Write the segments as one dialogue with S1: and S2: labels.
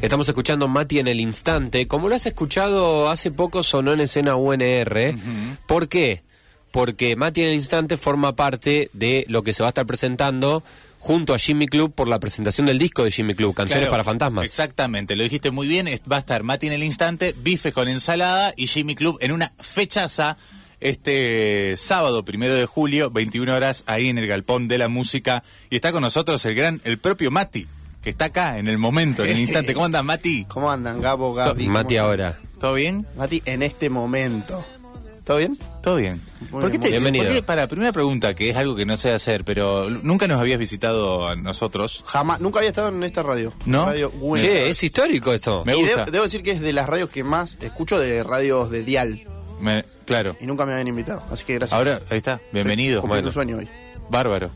S1: Estamos escuchando Mati en el instante. Como lo has escuchado hace poco, sonó en escena UNR. ¿Por qué? Porque Mati en el instante forma parte de lo que se va a estar presentando junto a Jimmy Club por la presentación del disco de Jimmy Club, Canciones
S2: Claro,
S1: para Fantasmas.
S2: Exactamente, lo dijiste muy bien. es- Va a estar Mati en el instante, bife con ensalada y Jimmy Club en una fechaza este sábado primero de julio, 21 horas, ahí en el Galpón de la Música. Y está con nosotros el gran, el propio Mati, que está acá en el momento, en el instante. ¿Cómo andas, Mati?
S3: ¿Cómo andan, Gabo, Gaby? ¿Cómo
S1: Mati
S3: están?
S1: ahora.
S2: ¿Todo bien?
S3: Mati, en este momento. ¿Todo bien?
S2: Todo bien.
S3: Muy
S2: ¿Por qué
S1: muy bien.
S2: te,
S3: bien,
S2: por qué-
S1: Bienvenido.
S2: para, primera pregunta, que es algo que no sé hacer, pero nunca nos habías visitado a nosotros.
S3: Jamás, nunca había estado en esta radio.
S2: ¿No?
S3: Radio UNR.
S1: Che, es histórico esto.
S2: Me
S3: Y
S2: gusta.
S3: de- debo decir que es de las radios que más escucho de radios de Dial.
S2: Me- claro.
S3: Y nunca me habían invitado. Así que gracias.
S2: Ahora, ahí está. Bienvenido.
S3: Cumplí tu sueño hoy.
S2: Bárbaro.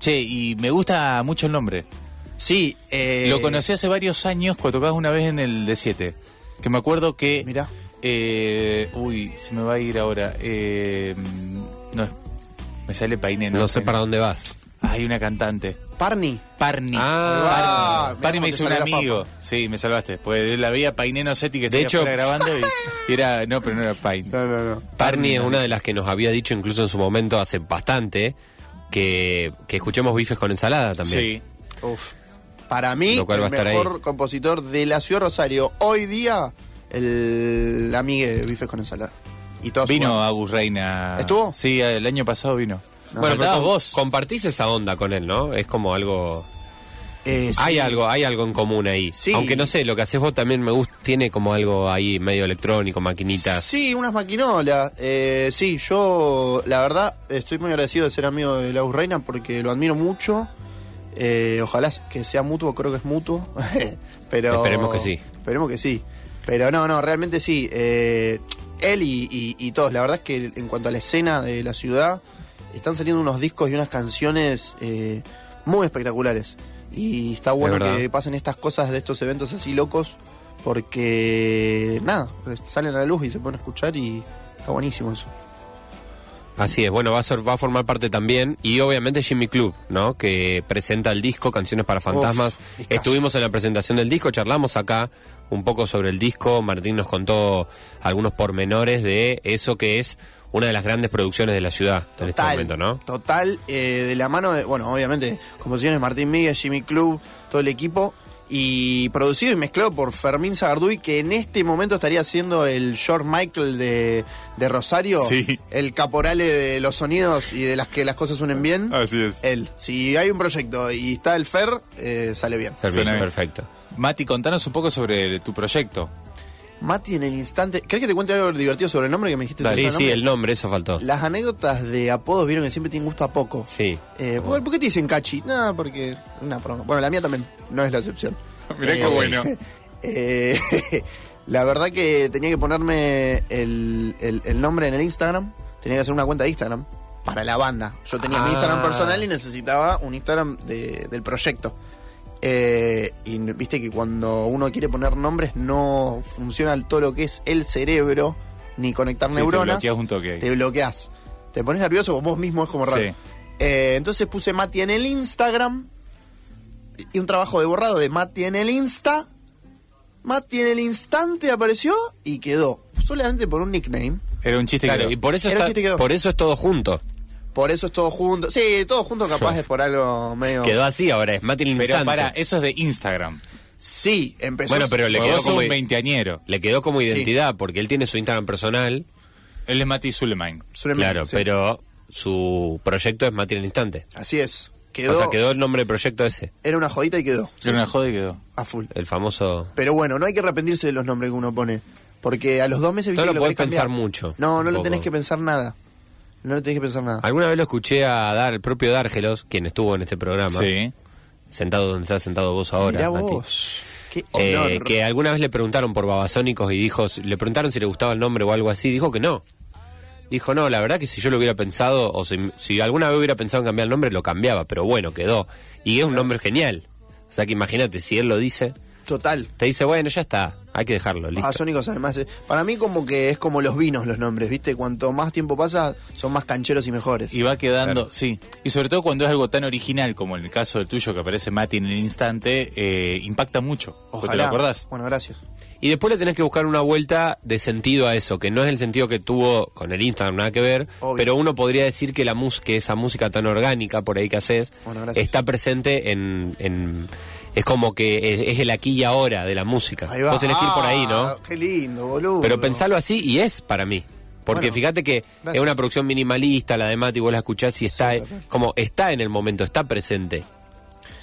S2: Che, y me gusta mucho el nombre.
S3: Sí, eh,
S2: Lo conocí hace varios años cuando tocabas una vez en el D7. Que me acuerdo que.
S3: Mirá.
S2: eh, uy, se me va a ir ahora. Eh, no, es- me sale Painé.
S1: No sé para dónde vas.
S2: Hay una cantante.
S3: Parni.
S2: Parni.
S1: Ah.
S3: Ah, mirá
S2: Parni
S3: cómo
S2: me
S3: te
S2: hizo un
S3: sale la papa.
S2: amigo. Sí, me salvaste. Pues la veía Painé Nocetti que
S1: De
S2: estaba
S1: hecho-
S2: afuera grabando y, y era. No, pero no era Paine.
S3: No, no, no.
S1: Parni es una de las que nos había dicho incluso en su momento hace bastante que, que escuchemos bifes con ensalada también.
S2: Sí.
S3: Uf. Para mí,
S1: Lo cual va
S3: el
S1: a estar
S3: mejor
S1: ahí.
S3: compositor de la ciudad de Rosario. Hoy día, el amigue de Bifes con ensalada. Y todo
S2: Vino Agus Reina.
S3: ¿Estuvo?
S2: Sí, el año pasado vino.
S1: Bueno, pero
S2: Faltabas
S1: com-
S2: vos.
S1: compartís esa onda con él, ¿no? Es como algo...
S3: Eh,
S1: Hay algo, hay algo en común ahí.
S3: Sí.
S1: Aunque no sé, lo que haces vos también me gusta, tiene como algo ahí medio electrónico, maquinitas.
S3: Sí, unas maquinolas. Eh, sí, yo la verdad estoy muy agradecido de ser amigo de Lau Reina porque lo admiro mucho. Eh, ojalá que sea mutuo, creo que es mutuo. pero
S1: Esperemos que sí.
S3: Esperemos que sí. Pero no, no, realmente sí. Eh, él y, y- y todos, la verdad es que en cuanto a la escena de la ciudad, están saliendo unos discos y unas canciones eh, muy espectaculares. Y está bueno
S1: verdad.
S3: que pasen estas cosas de estos eventos así locos porque nada, salen a la luz y se ponen a escuchar y está buenísimo eso.
S1: Así es, bueno, va a, ser- va a formar parte también. Y obviamente Jimmy Club, ¿no? Que presenta el disco Canciones para Fantasmas.
S3: discazo.
S1: Estuvimos en la presentación del disco, charlamos acá un poco sobre el disco. Martín nos contó algunos pormenores de eso que es una de las grandes producciones de la ciudad en este momento, ¿no?
S3: Total, eh, de la mano de, bueno, obviamente, composiciones Martín Miguel, Jimmy Club, todo el equipo, y producido y mezclado por Fermín Sagarduy, que en este momento estaría siendo el George Michael de, de Rosario,
S2: Sí.
S3: el caporale de los sonidos y de las que las cosas suenen bien.
S1: Ah,
S2: Así es.
S3: Él, si hay un proyecto y está el Fer, eh, sale bien.
S1: Servicio,
S2: Suena bien.
S1: perfecto.
S2: Mati, contanos un poco sobre tu proyecto.
S3: Mati en el instante. ¿Crees que te cuente algo divertido sobre el nombre que me dijiste?
S1: Sí,
S3: ¿Sobre
S1: sí,
S3: nombre?
S1: el nombre, eso faltó.
S3: Las anécdotas de apodos vieron que siempre tienen gusto a poco.
S1: Sí.
S3: Eh, ¿por, por qué te dicen Cachi? No, porque. Una broma. Bueno, la mía también no es la excepción.
S2: Mirá qué
S3: Eh,
S2: bueno.
S3: eh, la verdad que tenía que ponerme el, el- el nombre en el Instagram. Tenía que hacer una cuenta de Instagram para la banda. Yo tenía
S1: Ah.
S3: mi Instagram personal y necesitaba un Instagram de- del proyecto. Eh, y n- viste que cuando uno quiere poner nombres no funciona todo lo que es el cerebro ni conectar
S2: Sí, te
S3: neuronas.
S2: bloqueas un toque ahí.
S3: Te bloqueas. Te pones nervioso vos mismo, es como raro.
S2: Sí.
S3: Eh, entonces puse Mati en el Instagram. y- Y un trabajo de borrado de Mati en el Insta. Mati en el instante apareció y quedó. Solamente por un nickname.
S2: Era un chiste
S1: Claro,
S2: que...
S1: y por eso,
S3: Pero
S1: está-
S3: sí te quedó.
S1: por eso es todo junto.
S3: Por eso es todo junto. Sí, todo junto capaz es por algo medio.
S1: Quedó así ahora, es Mati en el
S2: Pero
S1: instante.
S2: para,
S3: eh,
S2: eso es de Instagram.
S3: Sí, empezó.
S1: Bueno, pero le
S2: Porque
S1: quedó
S2: vos sos
S1: como...
S2: un veinteañero.
S1: Le quedó como identidad, porque él tiene su Instagram personal,
S2: Él es Mati Suleiman.
S3: Solamente,
S1: claro,
S3: sí.
S1: pero su proyecto es Mati en el instante.
S3: Así es.
S1: O
S3: Quedó,
S1: sea, quedó el nombre del proyecto ese,
S3: Era una jodita y quedó.
S2: Era una joda y quedó.
S3: A full.
S1: el famoso...
S3: Pero bueno, no hay que arrepentirse de los nombres que uno pone. Porque a los dos meses
S1: No lo
S3: que
S1: podés
S3: querés
S1: pensar
S3: cambiar.
S1: mucho,
S3: No, no
S1: un
S3: lo tenés
S1: poco.
S3: que pensar nada. No lo tenés que pensar nada.
S1: Alguna vez lo escuché a dar el propio Dárgelos, quien estuvo en este programa,
S2: Sí.
S1: sentado donde estás sentado vos
S3: Mirá
S1: ahora, Mati.
S3: vos. Qué
S1: Eh,
S3: honor.
S1: que alguna vez le preguntaron por Babasónicos y dijo, le preguntaron si le gustaba el nombre o algo así, dijo que no. Dijo, no, la verdad que si yo lo hubiera pensado, o si, si alguna vez hubiera pensado en cambiar el nombre, lo cambiaba, pero bueno, quedó. Y es un nombre genial. O sea que imagínate, si él lo dice,
S3: Total.
S1: te dice, bueno, ya está. Hay que dejarlo, listo.
S3: Asónicos además. eh, Para mí como que es como los vinos los nombres, ¿viste? Cuanto más tiempo pasa, son más cancheros y mejores.
S2: Y va quedando, sí. Y sobre todo cuando es algo tan original como en el caso del tuyo que aparece Mati en el instante, eh, impacta mucho. Porque ¿Te lo acordás?
S3: Bueno, gracias.
S1: Y después le tenés que buscar una vuelta de sentido a eso, que no es el sentido que tuvo con el Instagram, nada que ver,
S3: Obvio.
S1: pero uno podría decir que la mus que esa música tan orgánica por ahí que haces
S3: Bueno, gracias.
S1: está presente en, en- es como que es, es el aquí y ahora de la música.
S3: Ahí va.
S1: Vos tenés que ir por ahí,
S3: Ah,
S1: ¿no?
S3: Qué lindo, boludo.
S1: Pero pensarlo así y es para mí. Porque
S3: Bueno,
S1: fíjate que es
S3: gracias.
S1: una producción minimalista, la de Mati, vos la escuchás y está eh,
S3: Sí, total.
S1: como está en el momento, está presente.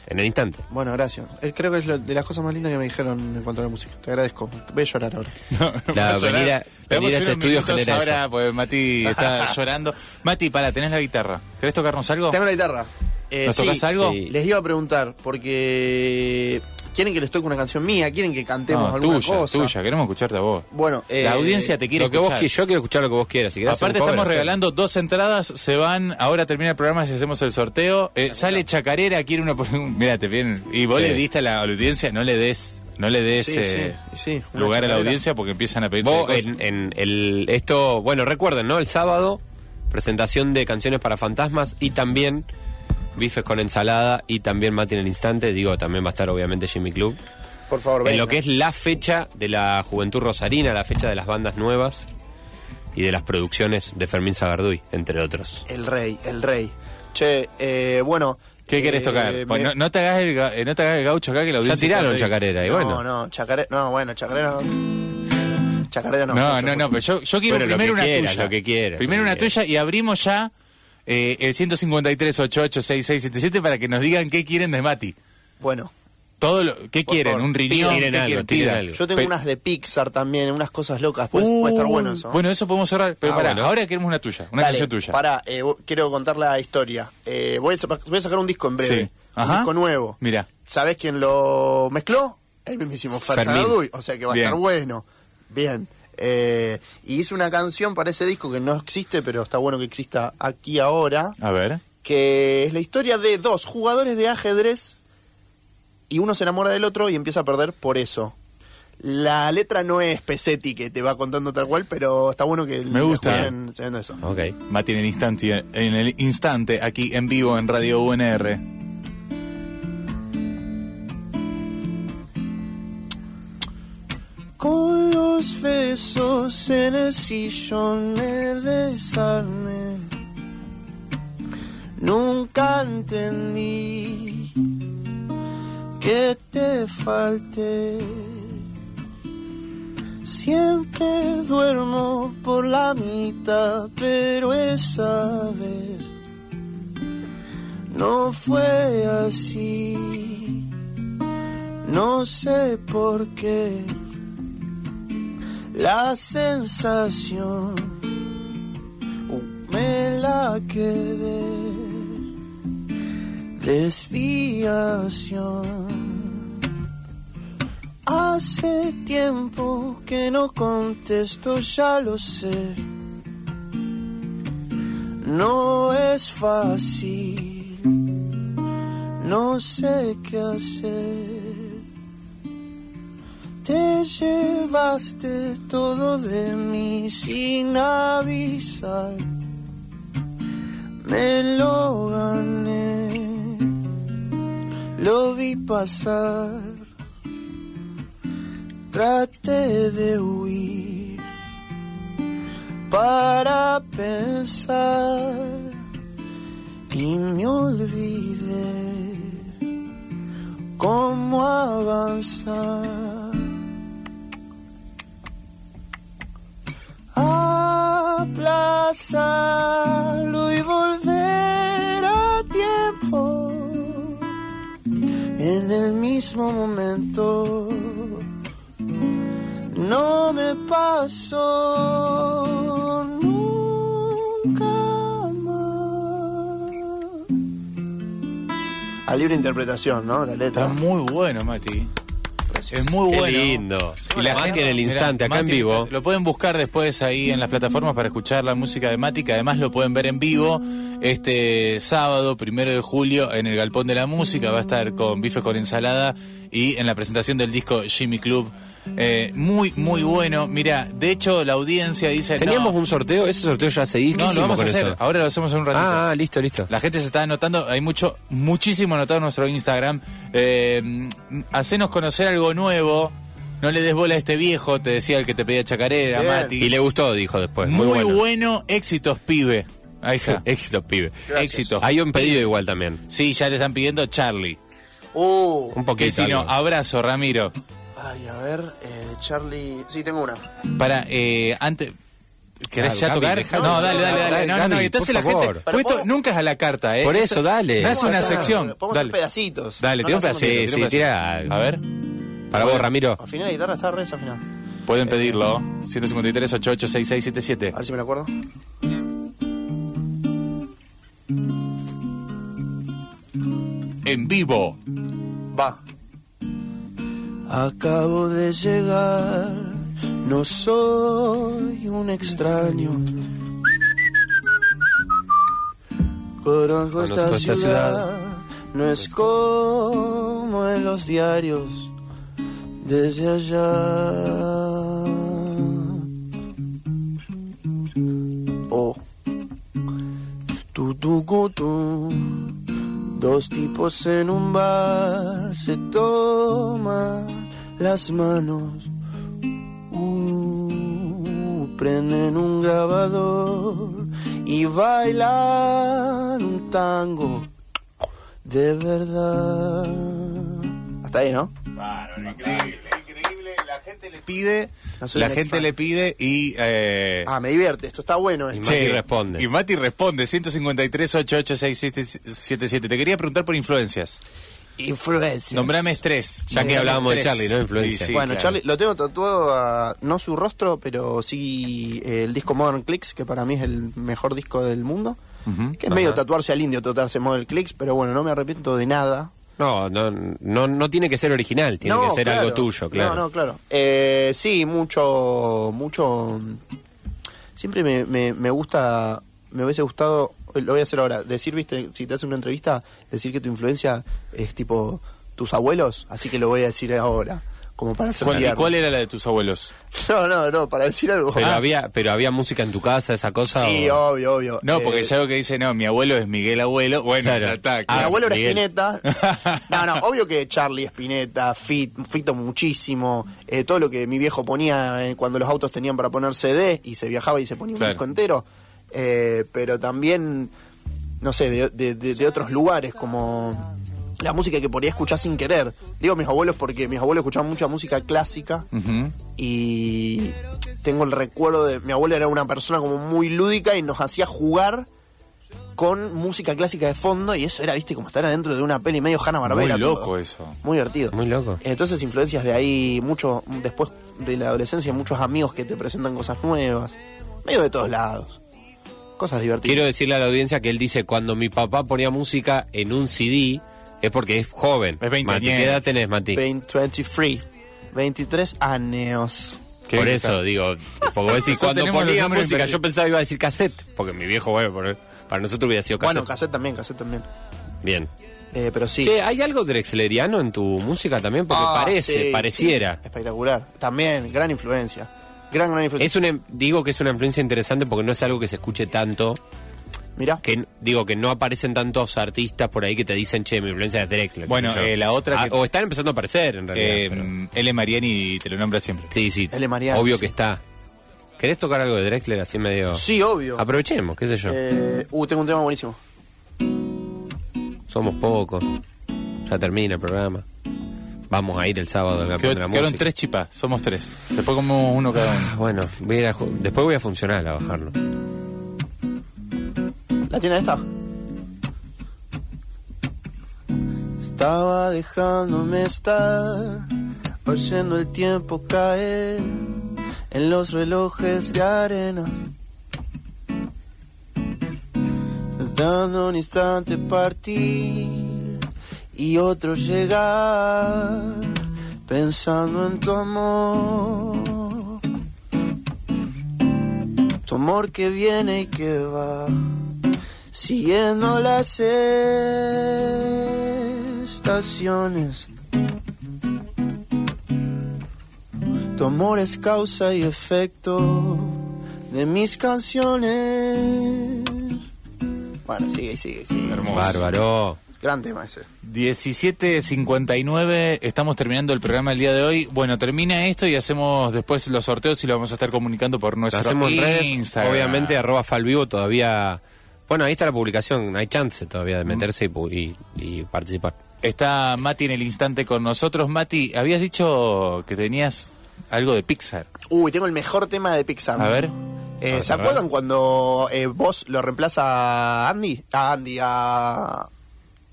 S1: En el instante.
S3: Bueno, gracias. Eh, Creo que es lo- de las cosas más lindas que me dijeron en cuanto a la música. Te agradezco. Voy a llorar ahora.
S1: La
S2: Va a llorar.
S1: venir a-
S2: Le
S1: venir
S2: damos
S1: a este
S2: unos
S1: estudio
S2: minutos
S1: genera
S2: ahora, porque Mati está llorando. Mati, para, tenés la guitarra. ¿Querés tocarnos algo?
S3: Tengo la guitarra. Eh,
S2: ¿Nos
S3: sí,
S2: tocas algo?
S1: sí.
S3: Les iba a preguntar, porque quieren que les toque una canción mía, quieren que cantemos
S2: No,
S3: alguna
S2: tuya,
S3: cosa.
S2: tuya. Queremos escucharte a vos.
S3: Bueno, eh,
S2: la audiencia te quiere
S1: Lo que vos
S2: escuchar.
S1: qui- yo quiero escuchar lo que vos quieras. si querés hacer
S2: Aparte
S1: un cover,
S2: estamos
S1: hacer.
S2: regalando dos entradas, se van, ahora termina el programa y hacemos el sorteo. Eh, sale Chacarera, quiere una por un- Mira, te piden. Y vos
S1: Sí.
S2: le diste a la audiencia, no le des, no le des
S3: Sí,
S2: eh,
S3: sí, sí, una
S2: lugar a la
S3: chacarera.
S2: audiencia porque empiezan a pedirte
S1: Vos, eh,
S2: cosas.
S1: en, en el, esto, bueno, recuerden, ¿no? El sábado, presentación de canciones para fantasmas y también bifes con ensalada y también Mati en el instante. Digo, también va a estar obviamente Jimmy Club.
S3: Por favor,
S1: En
S3: venga.
S1: lo que es la fecha de la juventud rosarina, la fecha de las bandas nuevas y de las producciones de Fermín Sagarduy, entre otros.
S3: El rey, el rey. Che, eh, bueno.
S2: ¿Qué querés
S3: eh,
S2: tocar?
S3: me-
S2: Pues no, no te hagas el, ga- eh, no te hagas el gaucho acá que
S1: Ya
S2: la audiencia.
S1: tiraron
S2: está ahí.
S1: chacarera y
S3: no,
S1: bueno.
S3: no, chacarera. No, bueno, chacarera no. Chacarera no.
S2: No, no,
S3: mucho,
S2: no,
S3: mucho.
S2: pero yo, yo quiero
S1: Bueno, lo que
S2: primero una
S1: quieras,
S2: tuya.
S1: lo que quieras,
S2: primero
S1: lo que
S2: una
S1: quieras.
S2: tuya y abrimos ya eh, el 153 88 para que nos digan qué quieren de Mati.
S3: Bueno,
S2: Todo lo, ¿Qué
S3: Por
S2: quieren?
S3: favor.
S2: ¿Un riñón?
S1: Tiren
S2: ¿Qué
S1: algo,
S2: quieren?
S1: tiren
S2: Pidan.
S1: algo.
S3: yo tengo
S2: Pe-
S3: unas de Pixar también, unas cosas locas. Puede, puede estar
S2: Uh,
S3: bueno eso. ¿eh?
S2: Bueno, eso podemos cerrar. Pero
S1: Ah,
S2: pará,
S1: bueno.
S2: ahora queremos una tuya, una
S3: Dale,
S2: canción tuya.
S3: Pará, eh, vo- quiero contar la historia. Eh, voy, a, sa- voy a sacar un disco en
S2: Sí.
S3: breve. Un
S2: Ajá.
S3: disco nuevo.
S2: Mirá.
S3: ¿Sabés quién lo mezcló? El mismísimo Fer
S1: Fermín.
S3: Sagarduy, O sea que va
S2: Bien.
S3: a estar bueno. Bien. Eh, y hice una canción para ese disco que no existe, pero está bueno que exista aquí ahora.
S2: A ver.
S3: Que es la historia de dos jugadores de ajedrez y uno se enamora del otro y empieza a perder por eso. La letra no es Pesetti que te va contando tal cual, pero está bueno que
S2: Me gusta.
S3: escuchen sabiendo eso.
S1: Ok.
S2: Mati en el instante, en el instante aquí en vivo en Radio UNR.
S3: Con los besos en el sillón me desarmé. Nunca entendí que te falté. Siempre duermo por la mitad, pero esa vez no fue así. No sé por qué la sensación uh, me la quedé desviación hace tiempo que no contesto ya lo sé no es fácil no sé qué hacer te llevaste todo de mí sin avisar. Me lo gané, lo vi pasar. Traté de huir para pensar y me olvidé cómo avanzar. Aplazarlo y volver a tiempo en el mismo momento. No me pasó nunca más a Ah, libre interpretación, ¿no? La
S2: Está
S3: letra.
S2: muy bueno, Mati. Es muy
S1: Qué
S2: Uh, bueno.
S1: lindo.
S2: Y
S1: la Mati en el
S2: mirá,
S1: instante, acá
S2: Mati
S1: en vivo.
S2: Lo pueden buscar después ahí en las plataformas para escuchar la música de Mati, que además lo pueden ver en vivo este sábado, primero de julio, en el Galpón de la Música. Va a estar con bifes con ensalada y en la presentación del disco Jimmy Club Eh, muy, muy bueno. Mira, de hecho, la audiencia dice.
S1: Teníamos
S2: no,
S1: un sorteo, ese sorteo ya se hizo. ¿Qué
S2: no, lo
S1: hicimos
S2: vamos a
S1: con
S2: hacer.
S1: eso?
S2: Ahora lo hacemos en un ratito.
S1: Ah, ah, listo, listo.
S2: La gente se está anotando, hay mucho, muchísimo anotado en nuestro Instagram. Eh, hacenos conocer algo nuevo. No le des bola a este viejo, te decía el que te pedía chacarera,
S3: Bien.
S2: Mati.
S1: Y le gustó, dijo después.
S2: muy
S1: Muy,
S2: bueno.
S1: bueno.
S2: éxitos, pibe. Ahí está.
S1: Éxito, pibe.
S2: Éxitos.
S1: Hay un pedido igual también.
S2: Sí, ya le están pidiendo Charlie.
S3: Uh,
S1: Un
S2: Que
S1: poquito.
S2: si no,
S1: algo.
S2: abrazo, Ramiro.
S3: ay, a ver, eh, Charlie. Sí, tengo una.
S2: Para, eh, antes. ¿Querés
S1: Ah,
S2: ya
S1: Gaby,
S2: tocar?
S1: dejá-
S2: no, dale, dale,
S1: dale,
S2: dale. No, no, no,
S1: Gaby,
S2: entonces
S1: por
S2: la gente.
S1: favor.
S2: Porque esto nunca es a la carta, ¿eh?
S1: Por
S2: Esto-
S1: eso, dale.
S2: Nace una
S3: Vamos a hacer-
S2: sección.
S3: Podemos
S2: Dale.
S3: hacer pedacitos.
S2: Dale, tira un
S3: No, no,
S2: pedacito.
S1: Sí, sí,
S2: un
S1: tira
S2: pedacito. A ver.
S1: Para vos, Ramiro.
S3: Al final la guitarra está re desafinada.
S2: Pueden pedirlo. 153 88 6677.
S1: Ah.
S3: A ver si me la acuerdo.
S2: En vivo.
S3: Va. Acabo de llegar, no soy un extraño. Conozco esta,
S1: Conozco esta
S3: ciudad,
S1: ciudad.
S3: no es como en los diarios, desde allá. Oh. Tu, tu, cu, tu. Dos tipos en un bar se toman las manos, Uh, prenden un grabador y bailan un tango de verdad. Hasta ahí, ¿no?
S2: Bárbaro, increíble, increíble. La gente le pide.
S3: No soy
S2: La
S3: un
S2: gente
S3: extra.
S2: le pide y. eh,
S3: Ah, me divierte, esto está bueno.
S1: Y
S3: esto.
S1: Mati responde.
S2: Y Mati responde, 153 886777. Te quería preguntar por influencias.
S3: Influencias.
S2: Nombrame estrés.
S1: Ya que hablábamos de Charlie, ¿no? Influencias. Sí,
S3: bueno, Charlie, lo tengo tatuado a, no su rostro, pero sí eh, el disco Modern Clicks, que para mí es el mejor disco del mundo. Que es medio tatuarse al indio, tatuarse Model Clicks, pero bueno, no me arrepiento de nada.
S1: No, no, no, no tiene que ser original, tiene
S3: No,
S1: que ser
S3: claro.
S1: algo tuyo, claro.
S3: No, no, claro. Eh, sí, mucho, mucho... Siempre me, me- me gusta, me hubiese gustado, eh, lo voy a hacer ahora, decir, viste, si te hacen una entrevista, decir que tu influencia es tipo tus abuelos, así que lo voy a decir ahora, como para hacer
S2: ¿Cuál- ¿Y cuál era la de tus abuelos?
S3: No, no, no, para decir algo.
S1: Pero
S3: Ah,
S1: había, pero había música en tu casa, esa cosa.
S3: sí,
S1: o-
S3: obvio, obvio.
S2: No, porque
S3: Eh,
S2: ya lo que dice, no, mi abuelo es Miguel Abuelo. Bueno,
S1: Claro.
S2: ya está.
S3: Mi
S1: Ah,
S2: claro.
S3: abuelo era
S1: Miguel.
S3: Spinetta. No, no, obvio que Charlie Spinetta, Fit, Fito muchísimo, eh, todo lo que mi viejo ponía eh, cuando los autos tenían para poner CD y se viajaba y se ponía
S2: Claro.
S3: un disco entero. Eh, pero también, no sé, de, de- de- de otros lugares, como la música que por ahí escuchás sin querer. Digo mis abuelos porque mis abuelos escuchaban mucha música clásica
S2: Ujú.
S3: y tengo el recuerdo de mi abuela era una persona como muy lúdica y nos hacía jugar con música clásica de fondo y eso era, viste, como estar adentro de una peli medio Hanna Barbera.
S2: Muy loco eso.
S3: Muy divertido.
S1: Muy loco.
S3: Entonces influencias de ahí, mucho, después de la adolescencia, muchos amigos que te presentan cosas nuevas, medio de todos lados. Cosas divertidas.
S1: Quiero decirle a la audiencia que él dice, cuando mi papá ponía música en un CD, es porque es joven.
S2: Es
S1: Mati,
S2: veinteañero.
S1: ¿Qué edad tenés, Mati?
S3: 20, 23, 23 años.
S2: Qué
S1: Por
S2: bien
S1: eso,
S2: está.
S1: digo, porque vos decís,
S2: Eso
S1: cuando
S2: tenemos los
S1: ponía
S2: números
S1: música,
S2: invertidos.
S1: yo pensaba iba a decir cassette, porque mi viejo, bueno, por- para nosotros hubiera sido cassette.
S3: Bueno, cassette también, cassette también.
S1: Bien.
S3: Eh, pero sí.
S1: Che, ¿hay algo drexleriano en tu música también? Porque
S3: Ah,
S1: parece,
S3: sí,
S1: pareciera.
S3: sí, espectacular. También, gran influencia. Gran, gran influencia.
S1: Es una, digo que es una influencia interesante porque no es algo que se escuche tanto,
S3: Mirá.
S1: que n- digo que no aparecen tantos artistas por ahí que te dicen, che, mi influencia es Drexler. qué
S2: Bueno,
S1: sé yo.
S2: eh, la otra
S1: Ah,
S2: que-
S1: o están empezando a aparecer, en realidad.
S2: Eh,
S1: pero-
S2: L. Mariani te lo nombra siempre.
S1: Sí, sí,
S3: L. Mariano,
S1: obvio
S3: sí.
S1: que está. ¿Querés tocar algo de Drexler así medio...?
S3: Sí, obvio.
S1: Ah, Aprovechemos, qué sé yo.
S3: Eh, uh, tengo un tema buenísimo.
S1: Somos pocos. Ya termina el programa. Vamos a ir el sábado al Galpón
S2: Quedó-
S1: de la
S2: quedaron
S1: Música.
S2: tres chipas, somos tres. Después como uno cada uno.
S1: Ah, Bueno, voy a ir a ju- después voy a funcionar a bajarlo.
S3: ¿La tiene esta? Estaba dejándome estar, oyendo el tiempo caer en los relojes de arena. Dando un instante partir y otro llegar, pensando en tu amor. Tu amor que viene y que va, siguiendo las estaciones. Tu amor es causa y efecto de mis canciones. Bueno, sigue, sigue, sigue.
S2: Hermoso.
S1: Bárbaro.
S3: Gran tema ese.
S2: 17.59, estamos terminando el programa el día de hoy. Bueno, termina esto y hacemos después los sorteos y lo vamos a estar comunicando por
S1: Lo
S2: nuestro
S1: hacemos en redes,
S2: Instagram.
S1: obviamente, arroba falvivo todavía... Bueno, ahí está la publicación, hay chance todavía de meterse y pu- y- y participar.
S2: Está Mati en el instante con nosotros. Mati, habías dicho que tenías algo de Pixar.
S3: Uy, tengo el mejor tema de Pixar.
S2: A ver. A
S3: Eh,
S2: ver,
S3: ¿Se
S2: a ver.
S3: acuerdan cuando eh, vos lo reemplaza a Andy? A Andy, a.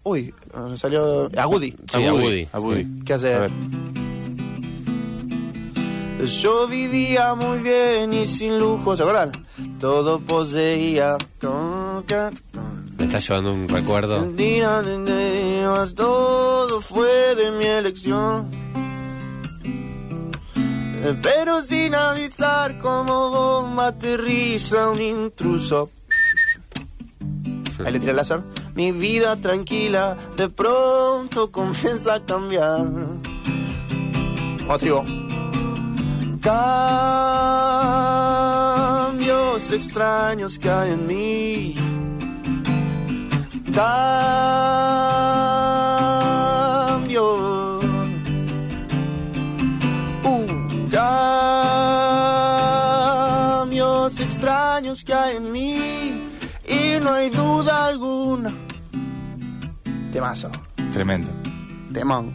S3: Uy, eh, salió. A Woody.
S1: Sí, a Woody,
S2: A Woody.
S3: ¿Qué hace?
S2: A ver.
S3: Yo vivía muy bien y sin lujo, ¿se acuerdan? Todo poseía. con ca-
S1: Me está llevando un recuerdo.
S3: Día de días, Todo fue de mi elección. Eh, Pero sin avisar, como bomba aterriza un intruso. Ahí le tira el láser. Mi vida tranquila de pronto comienza a cambiar. Vamos, tribu. Cambios extraños caen en mí. Cambio. Uh, cambios extraños que hay en mí y no hay duda alguna. Temazo,
S2: Tremendo.
S3: temón.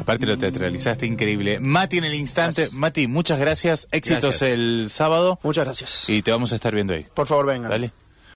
S2: Aparte lo teatralizaste increíble. Mati en el instante.
S3: Gracias.
S2: Mati, muchas gracias. Éxitos
S1: Gracias.
S2: el sábado
S3: Muchas gracias.
S2: y te vamos a estar viendo ahí.
S3: Por favor, vengan.
S2: Dale.